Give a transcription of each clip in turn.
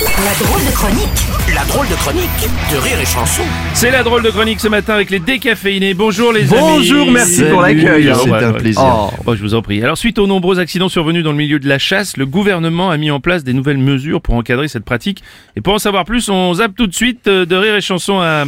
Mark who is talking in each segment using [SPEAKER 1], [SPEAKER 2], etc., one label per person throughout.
[SPEAKER 1] La drôle de chronique
[SPEAKER 2] La drôle de chronique de Rire et Chanson.
[SPEAKER 3] C'est la drôle de chronique ce matin avec les décaféinés. Bonjour les amis.
[SPEAKER 4] Bonjour, merci pour
[SPEAKER 3] Salut.
[SPEAKER 4] l'accueil.
[SPEAKER 3] Ouais,
[SPEAKER 4] C'est
[SPEAKER 3] ouais,
[SPEAKER 4] un
[SPEAKER 3] ouais.
[SPEAKER 4] plaisir.
[SPEAKER 3] Oh. Oh, je vous en prie. Alors suite aux nombreux accidents survenus dans le milieu de la chasse, le gouvernement a mis en place des nouvelles mesures pour encadrer cette pratique. Et pour en savoir plus, on zappe tout de suite euh, de rire et chanson à...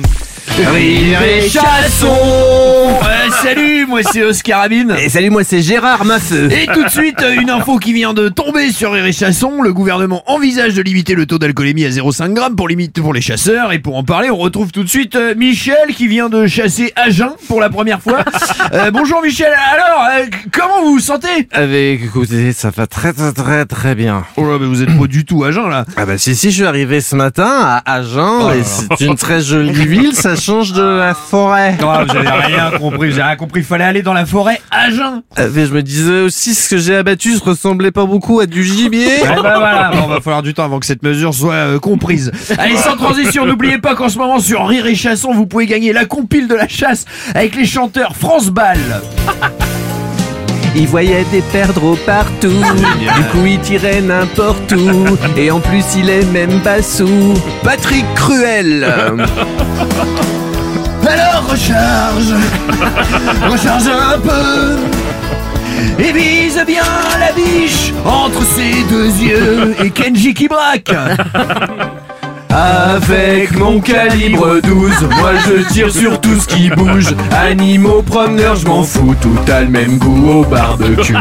[SPEAKER 4] Rire et chanson Euh, Salut, moi c'est Oscar Amine.
[SPEAKER 5] Et salut, moi c'est Gérard Maffeux.
[SPEAKER 4] Et tout de suite, euh, une info qui vient de tomber sur Rire et Chasson. Le gouvernement envisage de limiter le taux d'alcoolémie à 0,5 grammes pour, limite- pour les chasseurs. Et pour en parler, on retrouve tout de suite euh, Michel qui vient de chasser à jeun pour la première fois. Euh, bonjour Michel, alors, euh, comment vous vous sentez
[SPEAKER 5] Avec, écoutez, ça va très très très très bien.
[SPEAKER 4] Oh là, mais vous êtes pas du tout à jeun là.
[SPEAKER 5] Ah bah si si, je suis arrivé ce matin à Agen et c'est une très jolie ville, ça change de la forêt.
[SPEAKER 4] Non, Ah, vous avez rien compris, vous avez rien compris, il fallait aller dans la forêt à jeun.
[SPEAKER 5] Euh, mais je me disais aussi ce que j'ai abattu se ressemblait pas beaucoup à du gibier.
[SPEAKER 4] Eh ben voilà, bon, va falloir du temps avant que cette mesure soit euh, comprise. Allez, sans transition, n'oubliez pas qu'en ce moment sur Rire et Chasson, vous pouvez gagner la compile de la chasse avec les chanteurs France Ball.
[SPEAKER 5] Il voyait des perdreaux partout, du coup il tirait n'importe où, et en plus il est même pas sous. Patrick Cruel euh,
[SPEAKER 4] Alors recharge, recharge un peu. Et vise bien la biche entre ses deux yeux et Kenji qui braque.
[SPEAKER 5] Avec mon calibre 12, moi je tire sur tout ce qui bouge. Animaux, promeneurs, je m'en fous, tout a le même goût au barbecue.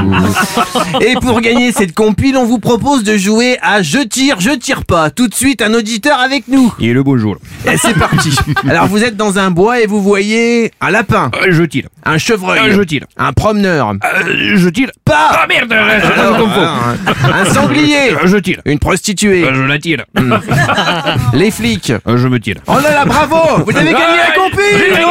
[SPEAKER 5] Et pour gagner cette compile, on vous propose de jouer à Je tire, je tire pas. Tout de suite, un auditeur avec nous.
[SPEAKER 4] Il est le beau jour.
[SPEAKER 5] Et c'est parti. Alors vous êtes dans un bois et vous voyez un lapin,
[SPEAKER 4] Euh, je tire. Euh,
[SPEAKER 5] un chevreuil,
[SPEAKER 4] tire. Euh,
[SPEAKER 5] un promeneur,
[SPEAKER 4] je tire. Ah,
[SPEAKER 5] pas hein.
[SPEAKER 4] merde, euh,
[SPEAKER 5] un sanglier,
[SPEAKER 4] Je tire. Euh,
[SPEAKER 5] une prostituée, Hmm.
[SPEAKER 4] Je la tire. Euh,
[SPEAKER 5] les flics.
[SPEAKER 4] Je me tire.
[SPEAKER 5] Oh là là, bravo Vous avez gagné la
[SPEAKER 4] J'ai
[SPEAKER 5] compile
[SPEAKER 4] gagné la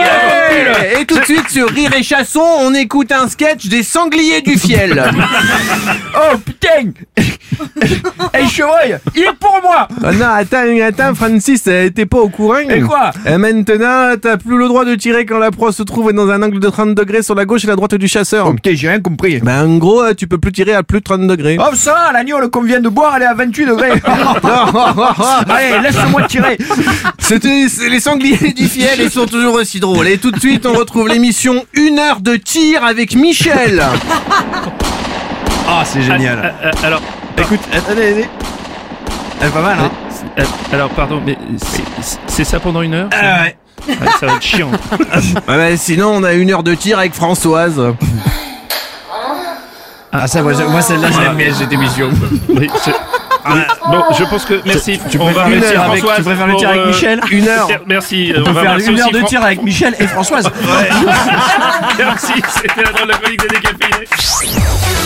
[SPEAKER 5] Ouais Et tout de suite sur Rire et Chasson, on écoute un sketch des sangliers du fiel.
[SPEAKER 4] Oh putain Hey chevreuil, il est pour moi
[SPEAKER 5] Oh non, attends, attends, Francis, euh, t'es pas au courant
[SPEAKER 4] Et quoi
[SPEAKER 5] Euh, Maintenant, t'as plus le droit de tirer quand la proie se trouve dans un angle de 30 degrés sur la gauche et la droite du chasseur.
[SPEAKER 4] Oh putain, j'ai rien compris.
[SPEAKER 5] Ben en gros, euh, tu peux plus tirer à plus de 30 degrés.
[SPEAKER 4] Oh ça va, l'agneau qu'on vient de boire, elle est à 28 degrés. Oh. Allez, laisse-moi tirer.
[SPEAKER 5] C'était c'est les sangliers du fiel, ils sont toujours aussi drôles. Et tout de suite, on retrouve l'émission Une heure de tir avec Michel.
[SPEAKER 4] Ah, c'est génial.
[SPEAKER 3] Euh, alors,
[SPEAKER 4] Écoute, attendez, attendez. Elle est pas mal, hein
[SPEAKER 3] euh, alors pardon, mais c'est- c'est- c'est ça pendant une heure ça
[SPEAKER 4] Ah ouais.
[SPEAKER 3] Ouais, Ça va être chiant.
[SPEAKER 5] Ouais, ben, sinon, on a une heure de tir avec Françoise.
[SPEAKER 4] Ah ça, moi, je- moi, celle-là, je l'aime bien cette émission.
[SPEAKER 3] Oui, je- oui, Bon, je pense que merci. on va
[SPEAKER 4] Une
[SPEAKER 3] remercier
[SPEAKER 4] heure avec,
[SPEAKER 3] Françoise
[SPEAKER 4] tu préfères le
[SPEAKER 3] pour,
[SPEAKER 4] tir avec
[SPEAKER 3] euh,
[SPEAKER 4] Michel
[SPEAKER 5] Une heure.
[SPEAKER 3] Merci.
[SPEAKER 4] On peut faire une heure de tir avec Michel et Françoise.
[SPEAKER 3] Merci. C'était la drôle de chronique des décaféinés.